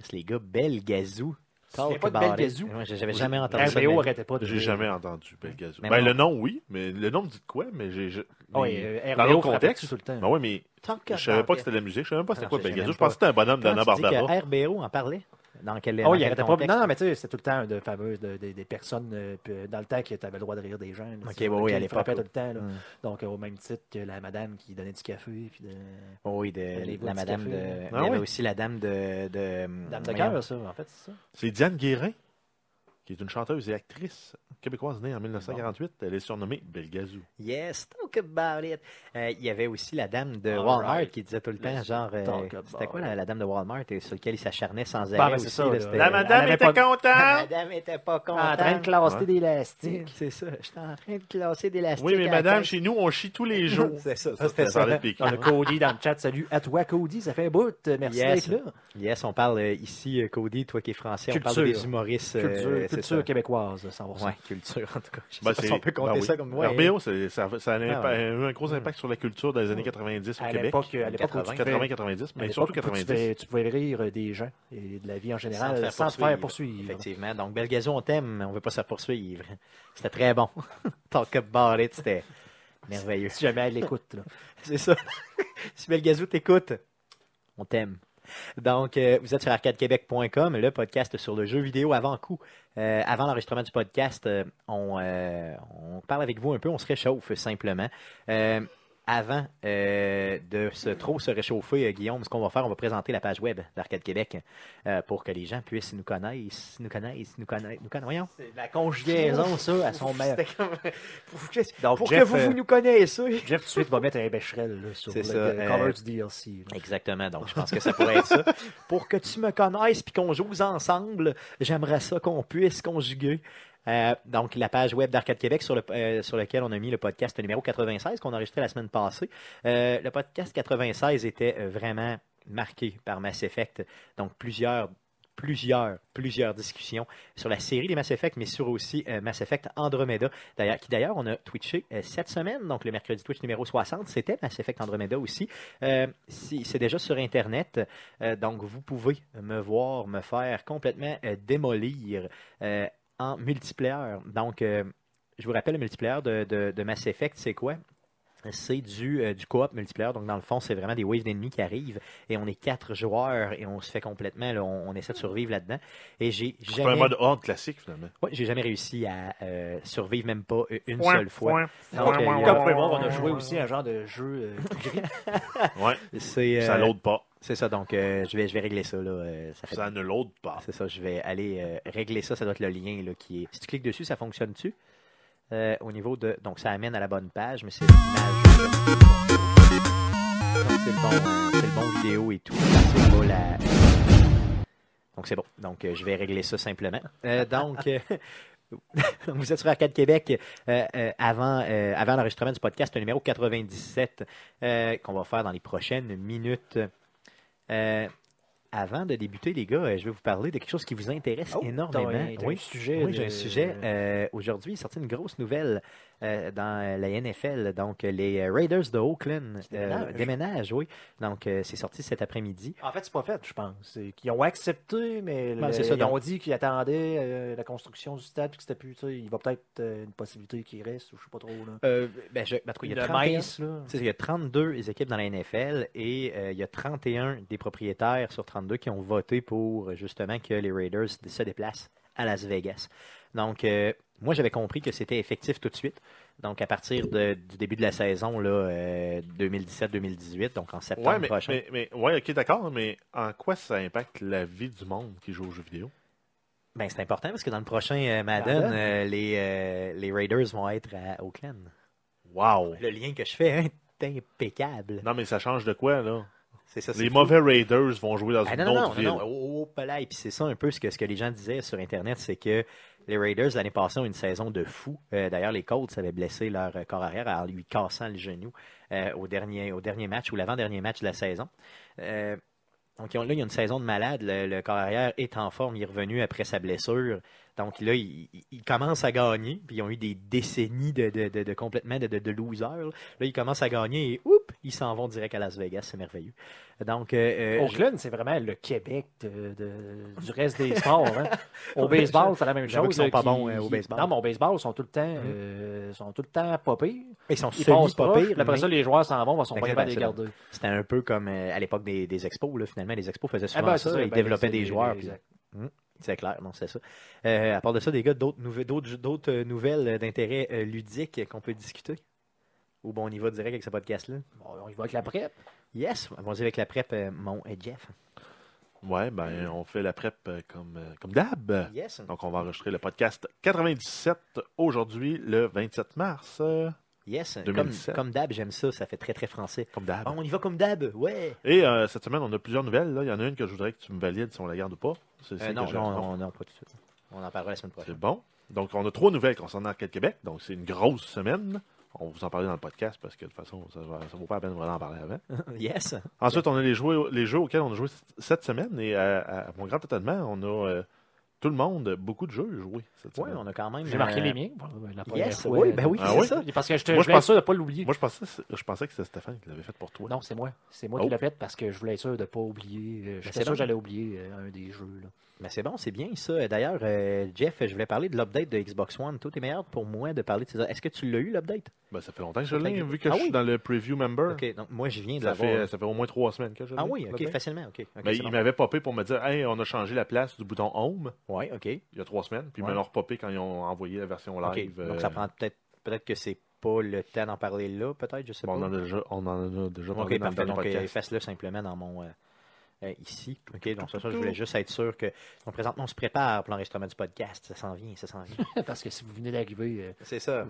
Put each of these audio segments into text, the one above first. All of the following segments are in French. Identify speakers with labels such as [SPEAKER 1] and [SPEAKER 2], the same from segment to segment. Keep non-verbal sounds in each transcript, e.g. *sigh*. [SPEAKER 1] Yes, Les gars, bel gazou.
[SPEAKER 2] Tu te souviens
[SPEAKER 1] Talk
[SPEAKER 2] pas de
[SPEAKER 1] about
[SPEAKER 2] Bel
[SPEAKER 1] it.
[SPEAKER 2] Gazou?
[SPEAKER 1] Ouais, J'avais jamais entendu ça. de
[SPEAKER 2] RBO
[SPEAKER 1] ma vie.
[SPEAKER 2] arrêtait pas de
[SPEAKER 3] J'ai jamais entendu Belgazou.
[SPEAKER 1] Mais
[SPEAKER 3] Ben,
[SPEAKER 1] non.
[SPEAKER 3] le nom, oui, mais le nom me dit de quoi, mais j'ai. je-
[SPEAKER 2] Oui,
[SPEAKER 3] les-
[SPEAKER 2] euh,
[SPEAKER 3] dans
[SPEAKER 2] RBO
[SPEAKER 3] l'autre
[SPEAKER 2] frappait
[SPEAKER 3] contexte.
[SPEAKER 2] dessus tout le temps.
[SPEAKER 3] Ben ouais, mais
[SPEAKER 1] Talk
[SPEAKER 3] je
[SPEAKER 1] about
[SPEAKER 3] savais pas
[SPEAKER 1] it.
[SPEAKER 3] que c'était de la musique, je savais même pas c'était
[SPEAKER 1] Non,
[SPEAKER 3] quoi
[SPEAKER 1] je sais
[SPEAKER 3] Belgazou.
[SPEAKER 1] même
[SPEAKER 3] Je pensais que c'était un bonhomme
[SPEAKER 1] Comment
[SPEAKER 3] d'Anna
[SPEAKER 1] tu dis
[SPEAKER 3] Barbara.
[SPEAKER 1] que RBO en parlait? Dans quel,
[SPEAKER 2] Oh,
[SPEAKER 1] dans
[SPEAKER 2] il
[SPEAKER 1] quel
[SPEAKER 2] arrêtait pas.
[SPEAKER 1] contexte?
[SPEAKER 2] Non, non, mais tu sais, c'était tout le temps de fameux, de- de- des personnes, euh, puis, euh, dans le temps que tu avais le droit de rire des gens. là,
[SPEAKER 1] Ok,
[SPEAKER 2] tu sais,
[SPEAKER 1] oui, oui, à
[SPEAKER 2] qui
[SPEAKER 1] l'époque,
[SPEAKER 2] frappaient
[SPEAKER 1] oui.
[SPEAKER 2] tout le temps. là.
[SPEAKER 1] Hum.
[SPEAKER 2] Donc, euh, au même titre que la madame qui donnait du café. Puis de...
[SPEAKER 1] Oh Oui, de,
[SPEAKER 2] Les
[SPEAKER 1] la
[SPEAKER 2] petits
[SPEAKER 1] madame de. Il
[SPEAKER 2] cafés, là.
[SPEAKER 1] y
[SPEAKER 3] Ah
[SPEAKER 1] avait
[SPEAKER 3] oui.
[SPEAKER 1] aussi la dame de. de
[SPEAKER 2] Dame de
[SPEAKER 1] Mm, voyons.
[SPEAKER 2] cœur, ça, en fait, c'est ça.
[SPEAKER 3] C'est Diane Guérin, qui est une chanteuse et actrice québécoise née en 1948. Elle est surnommée Belgazou.
[SPEAKER 1] Yes, talk about it. Euh, il y avait aussi la dame de
[SPEAKER 2] All
[SPEAKER 1] Walmart
[SPEAKER 2] right.
[SPEAKER 1] qui disait tout le temps,
[SPEAKER 2] Let's
[SPEAKER 1] genre. euh,
[SPEAKER 2] talk about
[SPEAKER 1] c'était quoi
[SPEAKER 2] it.
[SPEAKER 1] la, la dame de Walmart et sur laquelle il s'acharnait sans arrêt?
[SPEAKER 2] Ah, ben, c'est
[SPEAKER 1] aussi,
[SPEAKER 2] ça,
[SPEAKER 1] là,
[SPEAKER 2] là.
[SPEAKER 1] c'était-
[SPEAKER 2] La madame
[SPEAKER 3] Elle avait
[SPEAKER 2] était
[SPEAKER 3] pas-
[SPEAKER 1] *laughs* La madame était pas contente.
[SPEAKER 2] en train de classer
[SPEAKER 3] Ouais.
[SPEAKER 2] des élastiques.
[SPEAKER 1] C'est ça, j'étais en train de classer des lastiques.
[SPEAKER 3] Oui, mais
[SPEAKER 1] à
[SPEAKER 3] madame,
[SPEAKER 1] la
[SPEAKER 3] chez nous, on chie
[SPEAKER 1] *laughs*
[SPEAKER 3] tous les
[SPEAKER 1] tête.
[SPEAKER 3] jours.
[SPEAKER 1] C'est ça, ça, c'était
[SPEAKER 3] Ça, c'était
[SPEAKER 1] ça.
[SPEAKER 3] Charlotte Piquet.
[SPEAKER 2] On a Cody dans le chat. Salut à toi, Cody. Ça fait un bout. Merci
[SPEAKER 1] Yes.
[SPEAKER 2] d'être là.
[SPEAKER 1] Yes, on parle euh, ici, euh, Cody, toi qui es français, on parle
[SPEAKER 2] Culture.
[SPEAKER 1] des humoristes. euh,
[SPEAKER 2] Culture,
[SPEAKER 1] c'est
[SPEAKER 2] culture
[SPEAKER 1] ça.
[SPEAKER 2] québécoise, sans voir ça.
[SPEAKER 1] Ouais, culture, en tout cas. Je sais
[SPEAKER 3] Ben,
[SPEAKER 1] pas
[SPEAKER 3] c'est-
[SPEAKER 1] si on peut compter
[SPEAKER 3] ben oui.
[SPEAKER 1] ça comme moi.
[SPEAKER 3] RBO, c'est- ça, ça a, un
[SPEAKER 1] Ah,
[SPEAKER 3] impa- eu un gros impact sur la culture dans les années 90 au
[SPEAKER 2] À
[SPEAKER 3] Québec.
[SPEAKER 2] l'époque, à l'époque où tu
[SPEAKER 1] 80,
[SPEAKER 2] fais-
[SPEAKER 3] 80-90,
[SPEAKER 2] À
[SPEAKER 3] mais
[SPEAKER 2] l'époque
[SPEAKER 3] surtout
[SPEAKER 2] où Tu
[SPEAKER 3] 90.
[SPEAKER 2] pouvais, tu pouvais rire des gens et de la vie en général sans, te faire poursuivre.
[SPEAKER 1] Effectivement. Donc, Belgazou, on t'aime, mais on ne veut pas se faire poursuivre. C'était très bon. *laughs* Talk about it, c'était merveilleux.
[SPEAKER 2] Si jamais elle l'écoute. là.
[SPEAKER 1] *laughs* C'est ça. si Belgazou t'écoute, on t'aime. Donc, euh, vous êtes sur arcadequebec.com, le podcast sur le jeu vidéo avant coup. Euh, avant l'enregistrement du podcast, euh, on, euh, on parle avec vous un peu, on se réchauffe simplement. Euh, avant euh, de se trop se réchauffer, euh, Guillaume, ce qu'on va faire, on va présenter la page web d'Arcade Québec euh, pour que les gens puissent nous connaissent, nous connaissent, nous connaissent, nous connaissent. Voyons.
[SPEAKER 2] C'est la conjugaison, ça, à son
[SPEAKER 1] *laughs*
[SPEAKER 2] meilleur.
[SPEAKER 1] C'était comme- pour que-
[SPEAKER 2] Donc,
[SPEAKER 1] pour que
[SPEAKER 2] Jeff,
[SPEAKER 1] vous,
[SPEAKER 2] euh,
[SPEAKER 1] vous nous connaissiez.
[SPEAKER 2] Jeff, tout de suite, va mettre un bécherel là, sur
[SPEAKER 1] C'est
[SPEAKER 2] le,
[SPEAKER 1] ça,
[SPEAKER 2] le
[SPEAKER 1] euh,
[SPEAKER 2] cover du DLC. là.
[SPEAKER 1] Exactement, donc je pense que ça pourrait être ça. *laughs* Pour que tu me connaisses puis qu'on joue ensemble, j'aimerais ça qu'on puisse conjuguer. Euh, donc, la page web d'Arcade Québec sur, le, euh, sur laquelle on a mis le podcast numéro 96 qu'on a enregistré la semaine passée. Euh, le podcast 96 était euh, vraiment marqué par Mass Effect. Donc, plusieurs, plusieurs, plusieurs discussions sur la série des Mass Effect, mais sur aussi euh, Mass Effect Andromeda, d'ailleurs, qui d'ailleurs on a twitché euh, cette semaine. Donc, le mercredi Twitch numéro 60, c'était Mass Effect Andromeda aussi. Euh, si- c'est déjà sur Internet, euh, donc vous pouvez me voir me faire complètement euh, démolir euh, en multiplayer. Donc, euh, je vous rappelle, le multiplayer de, de- de Mass Effect, c'est quoi? C'est du, euh, du coop multiplayer, donc dans le fond, c'est vraiment des waves d'ennemis qui arrivent et on est quatre joueurs et on se fait complètement, là, on, on essaie de survivre là-dedans. Et j'ai
[SPEAKER 3] C'est un
[SPEAKER 1] jamais,
[SPEAKER 3] mode horde classique, finalement.
[SPEAKER 1] Ouais, j'ai jamais réussi à euh, survivre, même pas euh, une
[SPEAKER 3] Point,
[SPEAKER 1] seule fois.
[SPEAKER 3] point.
[SPEAKER 1] Donc, euh, il y a-
[SPEAKER 2] Comme vous pouvez voir, on a joué aussi à un genre de jeu euh, gris.
[SPEAKER 3] Ouais,
[SPEAKER 1] C'est
[SPEAKER 3] ça
[SPEAKER 1] euh,
[SPEAKER 3] l'aude pas.
[SPEAKER 1] c'est ça, donc euh, je, vais, je vais régler ça. Là, euh, ça fait
[SPEAKER 3] Ça ne l'aude pas.
[SPEAKER 1] C'est ça, je vais aller euh, régler ça. Ça doit être le lien là, qui est. Si tu cliques dessus, ça fonctionne-tu? Euh, au niveau de. Donc ça amène à la bonne page, mais c'est l'image. Donc, C'est le, bon, euh, c'est le bon vidéo et tout. C'est pas la- Donc c'est bon. Donc euh, je vais régler ça simplement. Euh, donc. euh, Vous êtes sur Arcade Québec euh, euh, avant, euh, avant l'enregistrement du podcast numéro 97 euh, qu'on va faire dans les prochaines minutes. Euh, avant de débuter, les gars, euh, je vais vous parler de quelque chose qui vous intéresse Oh, énormément.
[SPEAKER 2] Oh, t'as un- t'as
[SPEAKER 1] Oui.
[SPEAKER 2] un sujet.
[SPEAKER 1] Oui, j'ai
[SPEAKER 2] de-
[SPEAKER 1] un sujet. Euh, Aujourd'hui, il est sorti une grosse nouvelle euh, dans euh, la NFL. Donc, euh, les euh, Raiders de Oakland
[SPEAKER 2] Qui déménagent.
[SPEAKER 1] euh, déménagent, oui. Donc, euh, c'est sorti cet après-midi.
[SPEAKER 2] En fait, c'est pas fait, je pense. C'est qu'ils ont accepté, mais
[SPEAKER 1] Ben,
[SPEAKER 2] le-
[SPEAKER 1] c'est ça,
[SPEAKER 2] ils
[SPEAKER 1] donc.
[SPEAKER 2] ont dit qu'ils attendaient euh, la construction du stade, puis que c'était plus, tu sais, il va peut-être euh, une possibilité qu'il reste, ou je sais pas trop. Là.
[SPEAKER 1] ben, je- ben, en tout cas, il, y a Euh,
[SPEAKER 2] Le
[SPEAKER 1] 31
[SPEAKER 2] mince, là.
[SPEAKER 1] c'est ça, il y a 32 équipes dans la NFL et euh, il y a 31 des propriétaires sur 32 qui ont voté pour euh, justement que les Raiders se déplacent à Las Vegas. Donc, euh, moi, j'avais compris que c'était effectif tout de suite. Donc, à partir de- du début de la saison là, euh, 2017-2018, donc en septembre
[SPEAKER 3] Ouais, mais,
[SPEAKER 1] prochain.
[SPEAKER 3] mais, mais- ouais, ok, d'accord, mais en quoi ça impacte la vie du monde qui joue aux jeux vidéo?
[SPEAKER 1] Ben, c'est important parce que dans le prochain euh, Madden,
[SPEAKER 2] Madden.
[SPEAKER 1] euh, les, euh, les Raiders vont être à Oakland.
[SPEAKER 3] Wow!
[SPEAKER 1] Le lien que je fais hein, est impeccable.
[SPEAKER 3] Non, mais ça change de quoi, là?
[SPEAKER 1] C'est ça, c'est
[SPEAKER 3] Les
[SPEAKER 1] fou.
[SPEAKER 3] mauvais Raiders vont jouer dans
[SPEAKER 1] Ah,
[SPEAKER 3] une
[SPEAKER 1] non, non, non,
[SPEAKER 3] autre
[SPEAKER 1] non,
[SPEAKER 3] ville.
[SPEAKER 1] non. Oh, oh, oh, là. Et puis c'est ça un peu ce que, ce que les gens disaient sur Internet, c'est que les Raiders, l'année passée, ont une saison de fou. Euh, D'ailleurs, les Colts avaient blessé leur euh, corps arrière en lui cassant le genou euh, au, dernier, au dernier match ou l'avant-dernier match de la saison. Euh, donc ils ont- là, il y a une saison de malade. Le, le corps arrière est en forme, il est revenu après sa blessure. Donc là, il, il- il commence à gagner. Puis ils ont eu des décennies de, de, de- de complètement de, de, de losers. Là, ils commencent à gagner et oups, ils s'en vont direct à Las Vegas. C'est merveilleux. Donc, euh, euh,
[SPEAKER 2] Oakland, c'est vraiment le Québec de- de- du reste des sports.
[SPEAKER 1] *laughs*
[SPEAKER 2] hein. Au baseball, c'est la même
[SPEAKER 1] J'avoue
[SPEAKER 2] chose.
[SPEAKER 1] qu'ils sont
[SPEAKER 2] là,
[SPEAKER 1] pas
[SPEAKER 2] qui-
[SPEAKER 1] bons, euh, au
[SPEAKER 2] qui-
[SPEAKER 1] baseball. Mm-hmm.
[SPEAKER 2] Non, mais au baseball, ils sont tout le temps, euh, ils sont tout le temps pas pires.
[SPEAKER 1] Ils sont
[SPEAKER 2] Ils
[SPEAKER 1] semi
[SPEAKER 2] passent
[SPEAKER 1] pas
[SPEAKER 2] pas pire.
[SPEAKER 1] pires.
[SPEAKER 2] puis Après
[SPEAKER 1] mais
[SPEAKER 2] ça, les joueurs s'en vont, ils sont pas
[SPEAKER 1] Exactement,
[SPEAKER 2] capables de les
[SPEAKER 1] c'est
[SPEAKER 2] garder.
[SPEAKER 1] C'était un peu comme euh, à l'époque des, des expos. Là, finalement, les expos faisaient
[SPEAKER 2] Ah
[SPEAKER 1] souvent
[SPEAKER 2] ben,
[SPEAKER 1] ça.
[SPEAKER 2] c'est ça,
[SPEAKER 1] ils
[SPEAKER 2] ben,
[SPEAKER 1] développaient
[SPEAKER 2] c'est-
[SPEAKER 1] des joueurs. puis-
[SPEAKER 2] exact.
[SPEAKER 1] C'est clair, non, c'est ça. Euh, à part de ça, des gars, d'autres nouvel- d'autres- d'autres, euh, nouvelles euh, d'intérêt euh, ludique euh, qu'on peut discuter? Ou bon, on y va direct avec ce podcast-là?
[SPEAKER 2] Bon, on y va avec la prep.
[SPEAKER 1] Yes! Allons-y avec la prep, euh, mon et Jeff.
[SPEAKER 3] Ouais, ben,
[SPEAKER 1] Mm.
[SPEAKER 3] on fait la prep euh, comme, euh, comme d'hab.
[SPEAKER 1] Yes!
[SPEAKER 3] Donc, on va enregistrer le podcast 97 aujourd'hui, le 27 mars. euh,
[SPEAKER 1] Yes! Comme,
[SPEAKER 3] 2017.
[SPEAKER 1] comme d'hab, j'aime ça, ça fait très très français.
[SPEAKER 3] comme d'hab.
[SPEAKER 1] Ah, on y va comme d'hab, ouais!
[SPEAKER 3] Et euh, cette semaine, on a plusieurs nouvelles. là. Il y en a une que je voudrais que tu me valides si on la garde ou pas. C'est
[SPEAKER 1] Euh,
[SPEAKER 3] celle
[SPEAKER 1] non,
[SPEAKER 3] que j'ai-
[SPEAKER 1] non, non, non, pas tout de suite. On en parlera la semaine prochaine.
[SPEAKER 3] C'est bon. Donc, on a trois nouvelles concernant Arcade Québec. Donc, c'est une grosse semaine. On va vous en parler dans le podcast parce que de toute façon, ça ne vaut pas la peine de vraiment en parler avant.
[SPEAKER 1] yes!
[SPEAKER 3] Ensuite, on a les, jouets- les jeux auxquels on a joué c- cette semaine. Et à, à- à mon grand étonnement, on a euh, tout le monde, beaucoup de jeux joués cette
[SPEAKER 1] Ouais,
[SPEAKER 3] semaine.
[SPEAKER 1] on a quand même.
[SPEAKER 2] J'ai marqué
[SPEAKER 1] euh,
[SPEAKER 2] les miens. bon, la première
[SPEAKER 1] yes,
[SPEAKER 2] fois. euh,
[SPEAKER 1] oui, ben oui,
[SPEAKER 3] Ah c'est oui?
[SPEAKER 1] ça.
[SPEAKER 2] Parce que je te
[SPEAKER 3] Moi,
[SPEAKER 2] je
[SPEAKER 3] je
[SPEAKER 2] voulais
[SPEAKER 3] pense-
[SPEAKER 2] être sûr de ne pas l'oublier.
[SPEAKER 3] Moi, je pensais, je pensais que c'était Stéphane qui l'avait fait pour toi.
[SPEAKER 2] Non, c'est moi. C'est moi
[SPEAKER 3] Oh.
[SPEAKER 2] qui l'ai fait parce que je voulais être sûr de ne pas oublier. euh, J'étais
[SPEAKER 1] Ben, c'est
[SPEAKER 2] sûr
[SPEAKER 1] bon.
[SPEAKER 2] que j'allais oublier euh, un des jeux. là. *laughs*
[SPEAKER 1] Ben, c'est bon, c'est bien ça. D'ailleurs, euh, Jeff, je voulais parler de l'update de Xbox One. Tout est meilleur pour moi de parler de ces. Est-ce que tu l'as eu l'update
[SPEAKER 3] Ben, ça fait longtemps que je
[SPEAKER 1] Longtemps
[SPEAKER 3] l'ai,
[SPEAKER 1] que-
[SPEAKER 3] vu que
[SPEAKER 1] Ah
[SPEAKER 3] je suis
[SPEAKER 1] oui?
[SPEAKER 3] dans le preview member.
[SPEAKER 1] Ok, donc moi je viens de
[SPEAKER 3] Ça,
[SPEAKER 1] l'avoir.
[SPEAKER 3] fait, euh, ça fait au moins trois semaines que je l'ai.
[SPEAKER 1] Ah oui, ok,
[SPEAKER 3] là-dedans.
[SPEAKER 1] facilement, ok. ok,
[SPEAKER 3] Mais
[SPEAKER 1] c'est
[SPEAKER 3] il
[SPEAKER 1] bon.
[SPEAKER 3] m'avait popé pour me dire Hey, on a changé la place du bouton Home
[SPEAKER 1] Ouais, ok.
[SPEAKER 3] il y a trois semaines. Puis ils
[SPEAKER 1] Ouais.
[SPEAKER 3] m'ont repopé quand ils ont envoyé la version
[SPEAKER 1] ok.
[SPEAKER 3] live.
[SPEAKER 1] Donc
[SPEAKER 3] euh,
[SPEAKER 1] ça prend peut-être, peut-être que c'est pas le temps d'en parler là, peut-être, je sais
[SPEAKER 3] bon, on,
[SPEAKER 1] pas.
[SPEAKER 3] en a déjà, on en a déjà parlé
[SPEAKER 1] ok,
[SPEAKER 3] dans le
[SPEAKER 1] parfait.
[SPEAKER 3] dernier
[SPEAKER 1] Donc euh,
[SPEAKER 3] podcast.
[SPEAKER 1] efface-le simplement dans mon euh, euh, ici. Ok, donc ça, ça, je voulais juste être sûr que. Donc présentement, on se prépare pour l'enregistrement du podcast. Ça s'en vient, ça s'en
[SPEAKER 3] *laughs*
[SPEAKER 1] vient.
[SPEAKER 2] parce que si vous venez d'arriver, euh,
[SPEAKER 1] c'est ça.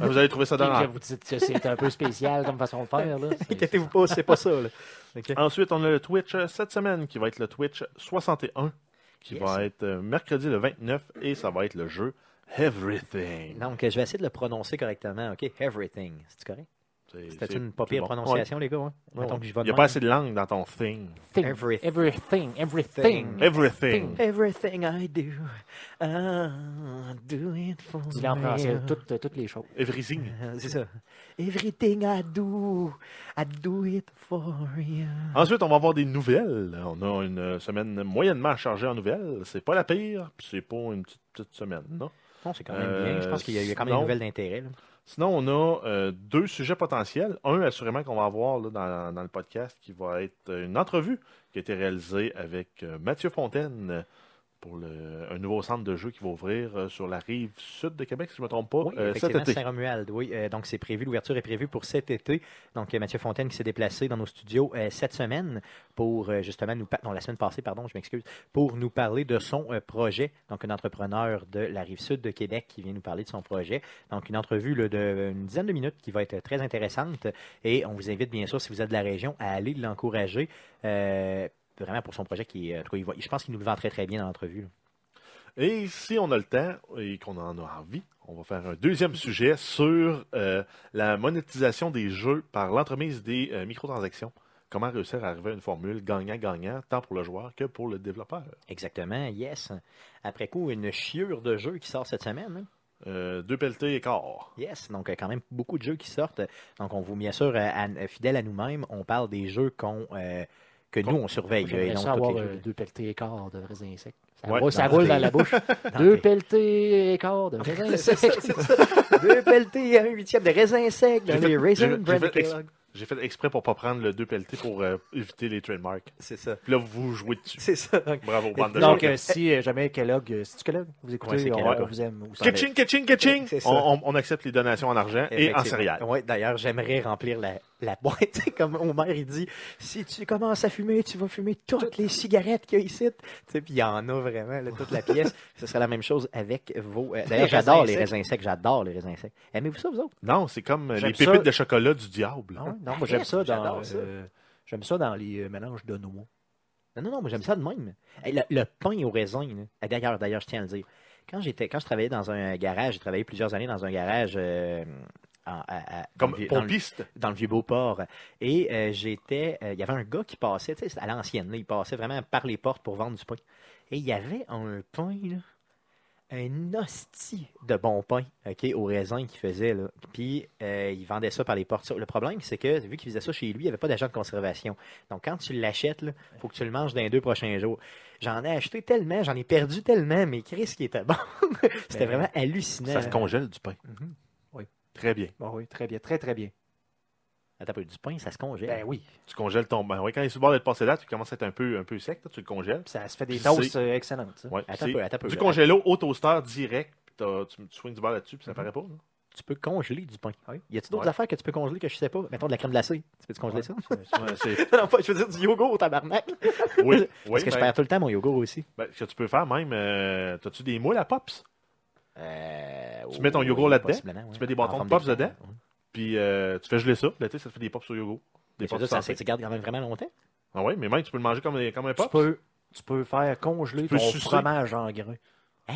[SPEAKER 3] Ah, vous avez trouvé ça dans
[SPEAKER 2] et que
[SPEAKER 3] la...
[SPEAKER 2] vous dites que c'est un peu spécial comme façon de
[SPEAKER 1] *laughs*
[SPEAKER 2] faire. là, c'est-
[SPEAKER 1] Inquiétez-vous pas, c'est pas ça. Là. Ok.
[SPEAKER 3] Ensuite, on a le Twitch euh, cette semaine qui va être le Twitch 61 qui
[SPEAKER 1] Yes.
[SPEAKER 3] va être euh, mercredi le 29 et ça va être le jeu Everything.
[SPEAKER 1] Donc, euh, je vais essayer de le prononcer correctement, OK? Everything, c'est correct?
[SPEAKER 3] C'est-
[SPEAKER 1] C'était
[SPEAKER 3] c'est-
[SPEAKER 1] une pas pire
[SPEAKER 3] c'est bon.
[SPEAKER 1] prononciation, les gars, hein?
[SPEAKER 3] Ouais.
[SPEAKER 1] Mettons
[SPEAKER 3] Ouais.
[SPEAKER 1] que je
[SPEAKER 3] Il
[SPEAKER 1] vais
[SPEAKER 3] n'y a
[SPEAKER 1] de
[SPEAKER 3] pas
[SPEAKER 1] même.
[SPEAKER 3] assez de langue dans ton thing.
[SPEAKER 2] Thing.
[SPEAKER 1] Everyth-
[SPEAKER 2] Everything. Everything.
[SPEAKER 3] Everything.
[SPEAKER 1] Everything I do, I do it for
[SPEAKER 2] Dis-le en
[SPEAKER 1] me.
[SPEAKER 2] français, toutes, euh, toutes les choses.
[SPEAKER 3] Everything.
[SPEAKER 1] Euh, *laughs* C'est ça. Everything I do, I do it for you.
[SPEAKER 3] Ensuite, on va avoir des nouvelles. On a une euh, semaine moyennement chargée en nouvelles. C'est pas la pire, puis c'est pas une petite, petite semaine. Non?
[SPEAKER 1] Non, c'est quand même bien. Je pense qu'il y a, il y a quand même
[SPEAKER 3] Euh,
[SPEAKER 1] une nouvelle d'intérêt. là.
[SPEAKER 3] Sinon, on a euh, deux sujets potentiels. Un, assurément, qu'on va avoir là, dans, dans le podcast, qui va être euh, une entrevue qui a été réalisée avec euh, Mathieu Fontaine euh, pour le- un nouveau centre de jeu qui va ouvrir euh, sur la rive sud de Québec, si je ne me trompe pas,
[SPEAKER 1] Oui,
[SPEAKER 3] euh, cet
[SPEAKER 1] effectivement,
[SPEAKER 3] été.
[SPEAKER 1] Saint-Romuald, oui. Euh, donc, c'est prévu, l'ouverture est prévue pour cet été. Donc, euh, Mathieu Fontaine qui s'est déplacé dans nos studios euh, cette semaine pour euh, justement nous... par- Non, la semaine passée, pardon, je m'excuse, pour nous parler de son euh, projet. Donc, un entrepreneur de la Rive-Sud de Québec qui vient nous parler de son projet. Donc, une entrevue là, de une dizaine de minutes qui va être très intéressante. Et on vous invite, bien sûr, si vous êtes de la région, à aller l'encourager. euh, vraiment pour son projet qui est... en tout cas, il va- Je pense qu'il nous le vend très, très bien dans l'entrevue. là.
[SPEAKER 3] Et si on a le temps et qu'on en a envie, on va faire un deuxième sujet sur euh, la monétisation des jeux par l'entremise des euh, microtransactions. Comment réussir à arriver à une formule gagnant-gagnant, tant pour le joueur que pour le développeur.
[SPEAKER 1] Exactement, yes. Après coup, une chiure de jeu qui sort cette semaine. hein.
[SPEAKER 3] Euh, deux pelletés et quart.
[SPEAKER 1] Yes, donc euh, quand même beaucoup de jeux qui sortent. Donc on vous, bien sûr, euh, à- euh, fidèle à nous-mêmes, on parle des jeux qu'on euh, que nous on surveille. euh, et
[SPEAKER 2] J'aimerais
[SPEAKER 1] donc
[SPEAKER 2] ça
[SPEAKER 1] tous
[SPEAKER 2] avoir
[SPEAKER 1] les
[SPEAKER 2] euh,
[SPEAKER 1] jeux.
[SPEAKER 2] deux pelletés et quart de vrais insectes. Ça,
[SPEAKER 3] Ouais,
[SPEAKER 2] roule, ça
[SPEAKER 1] dans
[SPEAKER 2] roule
[SPEAKER 1] tes-
[SPEAKER 2] dans la bouche.
[SPEAKER 1] *laughs* Dans
[SPEAKER 2] deux
[SPEAKER 1] tes-
[SPEAKER 2] pelletés et
[SPEAKER 1] *laughs*
[SPEAKER 2] quart de vrais *laughs*
[SPEAKER 1] C'est ça,
[SPEAKER 2] insectes.
[SPEAKER 1] c'est ça. *laughs* Deux pelletés, un huitième de raisin sec dans
[SPEAKER 3] J'ai
[SPEAKER 1] les
[SPEAKER 3] fait- j'ai-
[SPEAKER 1] Raisin
[SPEAKER 3] j'ai
[SPEAKER 1] Bran
[SPEAKER 3] fait ex-
[SPEAKER 1] Kellogg.
[SPEAKER 3] J'ai fait exprès pour pas prendre le deux pelletés pour euh, éviter les trademarks.
[SPEAKER 1] C'est ça.
[SPEAKER 3] Puis là, vous jouez dessus.
[SPEAKER 1] C'est ça. Donc,
[SPEAKER 3] Bravo, bande de
[SPEAKER 2] Donc,
[SPEAKER 3] gens.
[SPEAKER 2] euh, si euh, jamais Kellogg, euh, c'est-tu Kellogg? Vous écoutez,
[SPEAKER 1] Ouais, c'est
[SPEAKER 2] on,
[SPEAKER 1] Kellogg,
[SPEAKER 2] on
[SPEAKER 1] ouais.
[SPEAKER 2] vous aime. aussi.
[SPEAKER 3] Ketching, ketching, ketching!
[SPEAKER 1] C'est ça.
[SPEAKER 3] On, on- on accepte les donations en argent et en
[SPEAKER 1] effectivement.
[SPEAKER 3] céréales.
[SPEAKER 1] Ouais, d'ailleurs, j'aimerais remplir la la boîte. *laughs* Tu sais, comme Homer, il dit si tu commences à fumer, tu vas fumer toutes les cigarettes qu'il y a ici. Tu sais, puis il y en a vraiment, là, toute la pièce. Ce serait la même chose avec vos. euh, D'ailleurs,
[SPEAKER 2] raisins
[SPEAKER 1] j'adore les
[SPEAKER 2] secs.
[SPEAKER 1] raisins secs. J'adore les raisins secs. Aimez-vous ça, vous autres
[SPEAKER 3] Non, c'est comme euh,
[SPEAKER 2] J'aime
[SPEAKER 3] les
[SPEAKER 2] ça.
[SPEAKER 3] pépites de chocolat du diable. hein.
[SPEAKER 2] Ah ouais? Non, moi j'aime ça dans.
[SPEAKER 1] J'adore ça.
[SPEAKER 2] euh, J'aime ça dans les euh, mélanges d'oignons.
[SPEAKER 1] Non, non, non, moi j'aime ça de même. Hey, le, le pain au raisin, là. Ah, d'ailleurs, d'ailleurs, je tiens à le dire. Quand j'étais, quand je travaillais dans un garage, j'ai travaillé plusieurs années dans un garage euh, en- à- à-
[SPEAKER 3] Comme
[SPEAKER 1] dans le vieux- dans le-
[SPEAKER 3] pompiste.
[SPEAKER 1] dans le vieux Beauport. Et euh, j'étais, euh, il y avait un gars qui passait, tu sais, c'est à l'ancienne, là, il passait vraiment par les portes pour vendre du pain. Et il y avait un pain, là, un hostie de bon pain, ok, au raisin qu'il faisait, là. Puis euh, il vendait ça par les portes. Le problème, c'est que vu qu'il faisait ça chez lui, il n'y avait pas d'agent de conservation. Donc quand tu l'achètes, il faut que tu le manges dans les deux prochains jours. J'en ai acheté tellement, j'en ai perdu tellement, mais Chris qui était bon. *laughs* C'était
[SPEAKER 2] Ben,
[SPEAKER 1] vraiment hallucinant.
[SPEAKER 3] Ça se congèle du pain.
[SPEAKER 2] Mhm.
[SPEAKER 3] Très bien.
[SPEAKER 2] Bon, Ah oui, très bien, très très bien.
[SPEAKER 1] Attends, un peu, du pain, ça se congèle.
[SPEAKER 2] Ben oui,
[SPEAKER 3] Tu congèles ton pain. Ouais, quand il est sur le bord d'être passé date, tu commences à être un peu, un peu sec, là, tu le congèles.
[SPEAKER 2] Puis ça se fait des
[SPEAKER 3] Puis
[SPEAKER 2] toasts euh, excellentes. ça.
[SPEAKER 3] Ouais,
[SPEAKER 1] Attends
[SPEAKER 3] c'est
[SPEAKER 1] un peu, attends un peu,
[SPEAKER 3] du
[SPEAKER 1] là.
[SPEAKER 3] congélo au toaster direct, puis t'as- tu, tu swings du bord là-dessus, puis ça
[SPEAKER 2] Mhm.
[SPEAKER 3] paraît pas. là.
[SPEAKER 1] tu peux congeler du pain. Y a-t-il d'autres
[SPEAKER 3] Ouais.
[SPEAKER 1] affaires que tu peux congeler que je sais pas Mettons de la crème glacée. Tu peux-tu congeler
[SPEAKER 2] Ouais, c'est-
[SPEAKER 3] Ouais, c'est-
[SPEAKER 1] ça *laughs* Non, pas, je veux dire du yogourt au tabarnak. *laughs*
[SPEAKER 3] oui, oui.
[SPEAKER 1] Parce que je
[SPEAKER 3] ben-
[SPEAKER 1] perds tout le temps mon yogourt aussi.
[SPEAKER 3] ben, ce que tu peux faire même, euh, t'as-tu des moules à Pops?
[SPEAKER 1] Euh,
[SPEAKER 3] Tu mets ton
[SPEAKER 1] oui,
[SPEAKER 3] yogourt là-dedans,
[SPEAKER 1] possiblement, ouais.
[SPEAKER 3] tu mets des
[SPEAKER 1] En
[SPEAKER 3] bâtons de
[SPEAKER 1] forme
[SPEAKER 3] pops
[SPEAKER 1] pain.
[SPEAKER 3] dedans,
[SPEAKER 1] Ouais.
[SPEAKER 3] Puis euh, tu fais geler ça, l'été, ça te fait des pops sur yogourt. Des
[SPEAKER 1] Mais ça,
[SPEAKER 3] pops
[SPEAKER 1] ça,
[SPEAKER 3] sans
[SPEAKER 1] ça,
[SPEAKER 3] sec.
[SPEAKER 1] tu gardes quand même vraiment longtemps.
[SPEAKER 3] Ah ouais, mais même, tu peux le manger comme, des- comme un
[SPEAKER 2] Tu
[SPEAKER 3] pop.
[SPEAKER 2] peux, tu peux faire congeler
[SPEAKER 3] peux
[SPEAKER 2] ton
[SPEAKER 3] sucer.
[SPEAKER 2] fromage en grain.
[SPEAKER 1] Hein?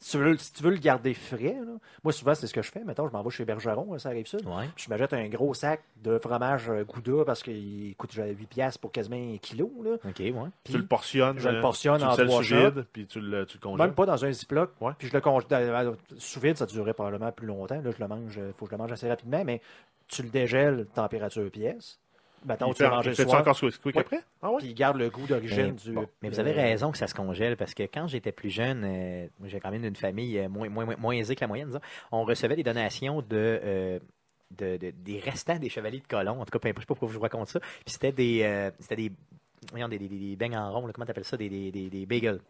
[SPEAKER 2] Si tu, veux, si tu veux le garder frais, là. moi souvent c'est ce que je fais. Mettons, je m'en vais chez Bergeron, là, ça arrive ça.
[SPEAKER 1] Ouais.
[SPEAKER 2] Puis je m'achète un gros sac de fromage euh, Gouda parce qu'il coûte genre, 8 piastres pour quasiment un kilo. Là.
[SPEAKER 1] Ok, ouais.
[SPEAKER 3] Tu le portionnes.
[SPEAKER 2] Je le
[SPEAKER 3] euh,
[SPEAKER 2] portionne
[SPEAKER 3] tu
[SPEAKER 2] en
[SPEAKER 3] le
[SPEAKER 2] trois
[SPEAKER 3] sous vide, puis tu le, tu le congèles.
[SPEAKER 2] Même pas dans un Ziploc.
[SPEAKER 3] Ouais.
[SPEAKER 2] Puis je le congèle. Sous vide, ça durait probablement plus longtemps. Là, je le mange, euh, faut que je le mange assez rapidement, mais tu le dégèles température pièce. Mettons,
[SPEAKER 3] Il
[SPEAKER 2] tu le
[SPEAKER 3] fait-
[SPEAKER 2] manges le
[SPEAKER 3] fais-tu
[SPEAKER 2] soir,
[SPEAKER 3] encore squeak quick
[SPEAKER 2] Ouais.
[SPEAKER 3] après? Ah ouais?
[SPEAKER 2] puis il garde le goût d'origine
[SPEAKER 1] Mais,
[SPEAKER 2] du.
[SPEAKER 1] Euh, bon, mais vous
[SPEAKER 3] euh,
[SPEAKER 1] avez raison que ça se congèle parce que quand j'étais plus jeune, euh, moi, j'ai quand même une famille euh, moins, moins, moins- moins aisée que la moyenne, disons. on recevait des donations de, euh, de- de- des restants des chevaliers de colon. En tout cas, peu importe, je sais pas pourquoi je vous raconte ça. Puis c'était des, euh, c'était des, voyons, des, des, des- des beignes en rond, là. comment t'appelles ça, des, des, des, des bagels.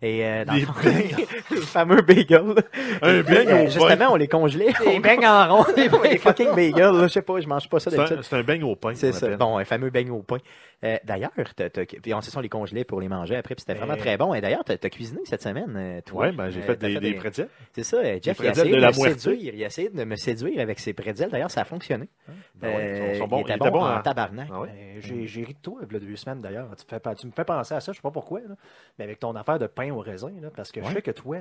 [SPEAKER 1] Et, euh, dans le
[SPEAKER 3] Des
[SPEAKER 1] fond-
[SPEAKER 3] beignes.
[SPEAKER 1] *laughs* les fameux bagels.
[SPEAKER 3] Un
[SPEAKER 1] Puis, euh,
[SPEAKER 3] beigne au pain.
[SPEAKER 1] Justement, on les congelait.
[SPEAKER 2] Des beignes en rond.
[SPEAKER 1] *laughs* Des fucking bagels, là. je sais pas, je mange pas ça
[SPEAKER 3] C'est
[SPEAKER 1] d'habitude.
[SPEAKER 3] un- C'est un beigne au pain.
[SPEAKER 1] C'est
[SPEAKER 3] qu'on
[SPEAKER 1] ça.
[SPEAKER 3] appelle.
[SPEAKER 1] Bon, un fameux beignet au pain. Euh, d'ailleurs, t'as- t'as- puis on se sont les congelés pour les manger après, puis c'était vraiment
[SPEAKER 2] Mais-
[SPEAKER 1] très bon. Et d'ailleurs, t'as, t'as cuisiné cette semaine, euh, toi.
[SPEAKER 3] Euh. Ouais, ben j'ai
[SPEAKER 1] Euh,
[SPEAKER 3] fait
[SPEAKER 1] t'as
[SPEAKER 3] des, des pretzels.
[SPEAKER 1] C'est ça, euh, Jeff, il
[SPEAKER 3] des
[SPEAKER 1] a
[SPEAKER 3] pretzels
[SPEAKER 1] essayé
[SPEAKER 3] de
[SPEAKER 1] de,
[SPEAKER 3] la
[SPEAKER 1] me
[SPEAKER 3] Muerte.
[SPEAKER 1] séduire. Il a essayé de me séduire avec ses pretzels. D'ailleurs, ça a fonctionné.
[SPEAKER 3] Ben ouais,
[SPEAKER 1] Euh,
[SPEAKER 3] ils sont
[SPEAKER 1] il
[SPEAKER 3] bons.
[SPEAKER 1] était
[SPEAKER 3] Ils
[SPEAKER 1] bon,
[SPEAKER 3] étaient bons
[SPEAKER 1] en
[SPEAKER 3] en-
[SPEAKER 1] tabarnak.
[SPEAKER 3] Ah ouais?
[SPEAKER 2] Euh, J'ai j'ai ri de toi, il y a deux semaines d'ailleurs. Tu, me fais pas- tu me fais penser à ça, je sais pas pourquoi, là. mais avec ton affaire de pain au raisin, là, parce que je
[SPEAKER 1] Ouais.
[SPEAKER 2] sais que toi,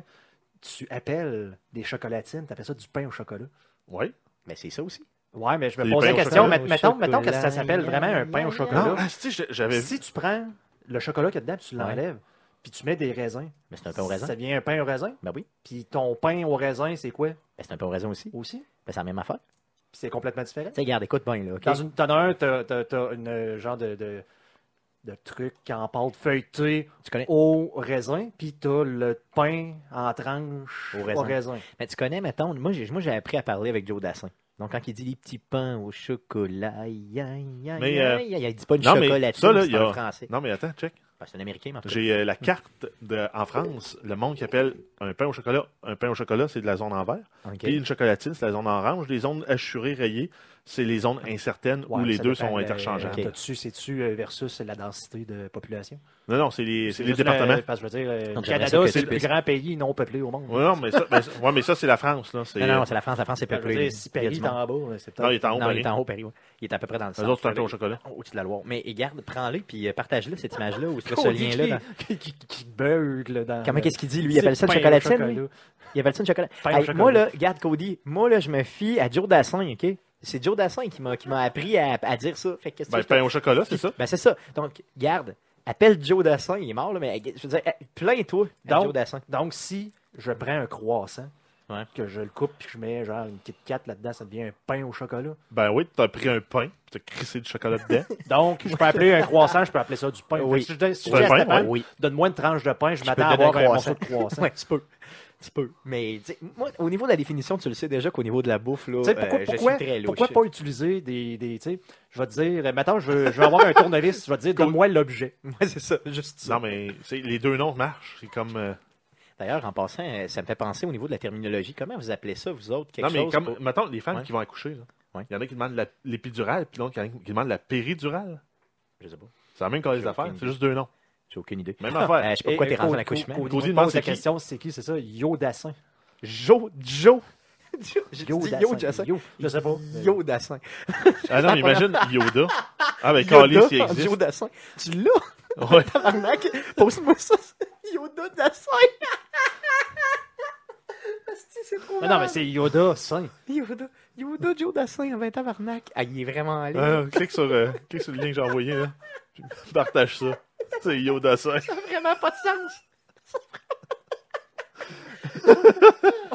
[SPEAKER 2] tu appelles des chocolatines, tu appelles ça du pain au chocolat.
[SPEAKER 3] Ouais.
[SPEAKER 1] Mais c'est ça aussi.
[SPEAKER 2] Ouais, mais je me
[SPEAKER 3] Des
[SPEAKER 2] pose
[SPEAKER 3] pains
[SPEAKER 2] la
[SPEAKER 3] au
[SPEAKER 2] question,
[SPEAKER 1] chocolat.
[SPEAKER 2] mais- mettons, mettons que
[SPEAKER 1] Chocolat,
[SPEAKER 2] ça s'appelle vraiment un pain au
[SPEAKER 1] yeah,
[SPEAKER 2] chocolat.
[SPEAKER 3] Non, asti, je- Ah, j'avais vu.
[SPEAKER 2] si tu prends le chocolat qu'il y a dedans, puis tu
[SPEAKER 1] Ouais.
[SPEAKER 2] l'enlèves, puis tu mets des raisins,
[SPEAKER 1] Mais c'est un pain au raisin.
[SPEAKER 2] ça devient un pain au raisin.
[SPEAKER 1] Ben oui.
[SPEAKER 2] Puis ton pain au raisin, c'est quoi
[SPEAKER 1] Ben c'est un pain au raisin aussi.
[SPEAKER 2] aussi? Puis
[SPEAKER 1] Ben c'est la même affaire. Tu
[SPEAKER 2] c'est complètement différent.
[SPEAKER 1] sais, regarde, écoute bien, là. ok?
[SPEAKER 2] Dans une, t'en as un, t'as, t'as- t'as une euh, genre de, de, de truc en pâte feuilletée
[SPEAKER 1] Tu connais.
[SPEAKER 2] au raisin, puis t'as le pain en tranches
[SPEAKER 1] Au
[SPEAKER 2] au
[SPEAKER 1] raisin.
[SPEAKER 2] raisin.
[SPEAKER 1] Mais tu connais, mettons, moi j'ai, moi j'ai appris à parler avec Joe Dassin. Donc quand il dit les petits pains au chocolat, aïe, aïe, aïe,
[SPEAKER 3] Mais, euh,
[SPEAKER 1] aïe, aïe, il dit pas une
[SPEAKER 3] non, mais
[SPEAKER 1] chocolatine,
[SPEAKER 3] ça, là,
[SPEAKER 1] c'est
[SPEAKER 3] il y
[SPEAKER 1] en
[SPEAKER 3] a-
[SPEAKER 1] français.
[SPEAKER 3] Non, mais attends, check.
[SPEAKER 1] Ben, c'est un américain, mais en tout cas.
[SPEAKER 3] J'ai euh, la carte de, en France, le monde qui appelle un pain au chocolat. Un pain au chocolat, c'est de la zone en vert.
[SPEAKER 1] Ok.
[SPEAKER 3] Puis une chocolatine, c'est la zone orange. Les zones assurées, rayées, c'est les zones incertaines où
[SPEAKER 2] Ouais,
[SPEAKER 3] les
[SPEAKER 2] ça
[SPEAKER 3] deux
[SPEAKER 2] dépend,
[SPEAKER 3] sont
[SPEAKER 2] euh,
[SPEAKER 3] interchangeables.
[SPEAKER 1] ok.
[SPEAKER 2] T'as-tu, c'est-tu euh, versus la densité de population?
[SPEAKER 3] Non, non, c'est les, c'est les
[SPEAKER 2] juste
[SPEAKER 1] ben,
[SPEAKER 2] une-
[SPEAKER 3] départements.
[SPEAKER 2] parce que je veux dire, euh,
[SPEAKER 1] Donc,
[SPEAKER 2] le
[SPEAKER 1] j'aimerais ça
[SPEAKER 2] Canada,
[SPEAKER 1] que
[SPEAKER 2] c'est
[SPEAKER 1] tu
[SPEAKER 2] le plus
[SPEAKER 1] puisses-
[SPEAKER 2] grand pays non peuplé au monde.
[SPEAKER 3] Ouais, non, mais ça, ben, ça- ouais, mais ça, c'est la France. Là. C'est,
[SPEAKER 1] Non, non, c'est la France. La France, c'est
[SPEAKER 2] Je veux
[SPEAKER 1] peuplé.
[SPEAKER 2] dire, si
[SPEAKER 1] Il y a
[SPEAKER 2] Paris
[SPEAKER 1] du
[SPEAKER 2] est
[SPEAKER 1] monde.
[SPEAKER 2] en bas, euh, c'est
[SPEAKER 3] Non, il
[SPEAKER 2] peut-être.
[SPEAKER 3] est en haut.
[SPEAKER 1] Non, il
[SPEAKER 3] Paris.
[SPEAKER 1] est en haut, Paris. ouais. Il est à peu près dans le
[SPEAKER 3] Eux
[SPEAKER 1] centre.
[SPEAKER 3] autres, c'est un pain au chocolat.
[SPEAKER 1] Au-dessus de la Loire. Mais regarde, prends-le puis euh, partage-le, cette image-là, ou ce
[SPEAKER 2] Qu'on dit
[SPEAKER 1] lien-là. dans-
[SPEAKER 2] Qui, qui, qui beugle dans.
[SPEAKER 1] Comment qu'est-ce qu'il dit, lui? Il
[SPEAKER 2] C'est
[SPEAKER 1] appelle ça le
[SPEAKER 2] pain au
[SPEAKER 1] chocolatine,
[SPEAKER 2] chocolat.
[SPEAKER 1] lui? Il appelle ça une chocolat.
[SPEAKER 2] Pain au
[SPEAKER 1] Hey,
[SPEAKER 2] chocolat.
[SPEAKER 1] Moi, là, regarde, Cody, moi, là, je me fie à Joe Dassin, OK? C'est Joe Dassin qui m'a qui m'a appris à, à dire ça. Fait que qu'est-ce que
[SPEAKER 3] Ben,
[SPEAKER 1] je te-
[SPEAKER 3] pain au chocolat, c'est ça.
[SPEAKER 1] Ben, c'est ça. Donc, garde, appelle Joe Dassin, il est mort, là, mais je veux dire, eh, plains-toi à
[SPEAKER 2] Donc-
[SPEAKER 1] Joe Dassin.
[SPEAKER 2] Donc, si je prends un croissant,
[SPEAKER 1] Ouais.
[SPEAKER 2] que je le coupe puis que je mets genre une petite Kat là-dedans, ça devient un pain au chocolat.
[SPEAKER 3] Ben oui, t'as pris un pain, t'as crissé du chocolat
[SPEAKER 1] *laughs*
[SPEAKER 3] dedans.
[SPEAKER 2] Donc, je peux appeler un croissant, je peux appeler ça du pain.
[SPEAKER 1] Oui.
[SPEAKER 2] Fait que Si je donne- si
[SPEAKER 3] C'est
[SPEAKER 2] je
[SPEAKER 3] un
[SPEAKER 2] dis à
[SPEAKER 3] pain,
[SPEAKER 2] Stéphane,
[SPEAKER 1] oui.
[SPEAKER 2] donne-moi une tranche de pain, je
[SPEAKER 1] Tu
[SPEAKER 2] m'attends à
[SPEAKER 1] peux donner
[SPEAKER 2] avoir un
[SPEAKER 1] un
[SPEAKER 2] morceau de
[SPEAKER 1] *laughs*
[SPEAKER 2] croissant.
[SPEAKER 1] Ouais, tu peux. Tu peux. Mais tu sais, moi, au niveau de la définition, tu le sais déjà qu'au niveau de la bouffe, là,
[SPEAKER 2] Tu sais, pourquoi,
[SPEAKER 1] euh,
[SPEAKER 2] pourquoi,
[SPEAKER 1] je suis très louche.
[SPEAKER 2] pourquoi pas utiliser des. des tu sais, je vais te dire, euh, mettons, je veux, je veux avoir un tournevis, je vais te dire, donne-moi l'objet.
[SPEAKER 1] *laughs* Ouais, c'est ça, juste ça.
[SPEAKER 3] non, mais c'est- les deux noms marchent. C'est comme. euh,
[SPEAKER 1] D'ailleurs, en passant, euh, ça me fait penser au niveau de la terminologie. Comment vous appelez ça, vous autres, quelque
[SPEAKER 3] Non, mais
[SPEAKER 1] chose
[SPEAKER 3] comme.
[SPEAKER 1] pour-
[SPEAKER 3] Mettons, les femmes
[SPEAKER 1] Ouais.
[SPEAKER 3] qui vont accoucher, là.
[SPEAKER 1] Ouais.
[SPEAKER 3] Il y en a qui demandent la- l'épidurale, puis l'autre qui qui demande la péridurale.
[SPEAKER 1] Je sais pas.
[SPEAKER 3] C'est la même quand les
[SPEAKER 1] J'ai
[SPEAKER 3] affaires,
[SPEAKER 1] aucune
[SPEAKER 3] c'est juste deux noms.
[SPEAKER 1] J'ai aucune idée. *laughs*
[SPEAKER 3] Même
[SPEAKER 1] Euh,
[SPEAKER 3] affaire.
[SPEAKER 1] je sais pas pourquoi t'es rendu en accouchement.
[SPEAKER 2] Cody
[SPEAKER 3] Cody
[SPEAKER 2] nous
[SPEAKER 3] demande
[SPEAKER 2] pose la
[SPEAKER 3] c'est qui.
[SPEAKER 2] question, c'est qui, c'est ça? Yodassin.
[SPEAKER 1] Joe, Joe. *laughs* J'ai dit
[SPEAKER 2] Yodassin.
[SPEAKER 1] Yo Dassin.
[SPEAKER 2] Yo, je sais pas. mais-
[SPEAKER 1] Yo Dassin.
[SPEAKER 3] Ah non, mais
[SPEAKER 1] *laughs*
[SPEAKER 3] imagine Yoda. Ah, ben,
[SPEAKER 1] Yoda,
[SPEAKER 3] Calis, il existe.
[SPEAKER 1] Joe Dassin. Tu l'as, *laughs*
[SPEAKER 3] Ouais.
[SPEAKER 1] tabarnak. Pose-moi ça. *laughs* Yoda Dassin. *laughs* Asti, c'est trop
[SPEAKER 2] Mais non,
[SPEAKER 1] malade.
[SPEAKER 2] mais c'est Yoda sain.
[SPEAKER 1] Yoda, Yoda Joe Dassin, 20 tabarnak. Ah, il est vraiment allé.
[SPEAKER 3] Ah, clique, sur, euh, clique sur le lien que j'ai envoyé, là. Puis Partage ça. C'est Yoda 5.
[SPEAKER 1] Ça n'a vraiment pas de sens.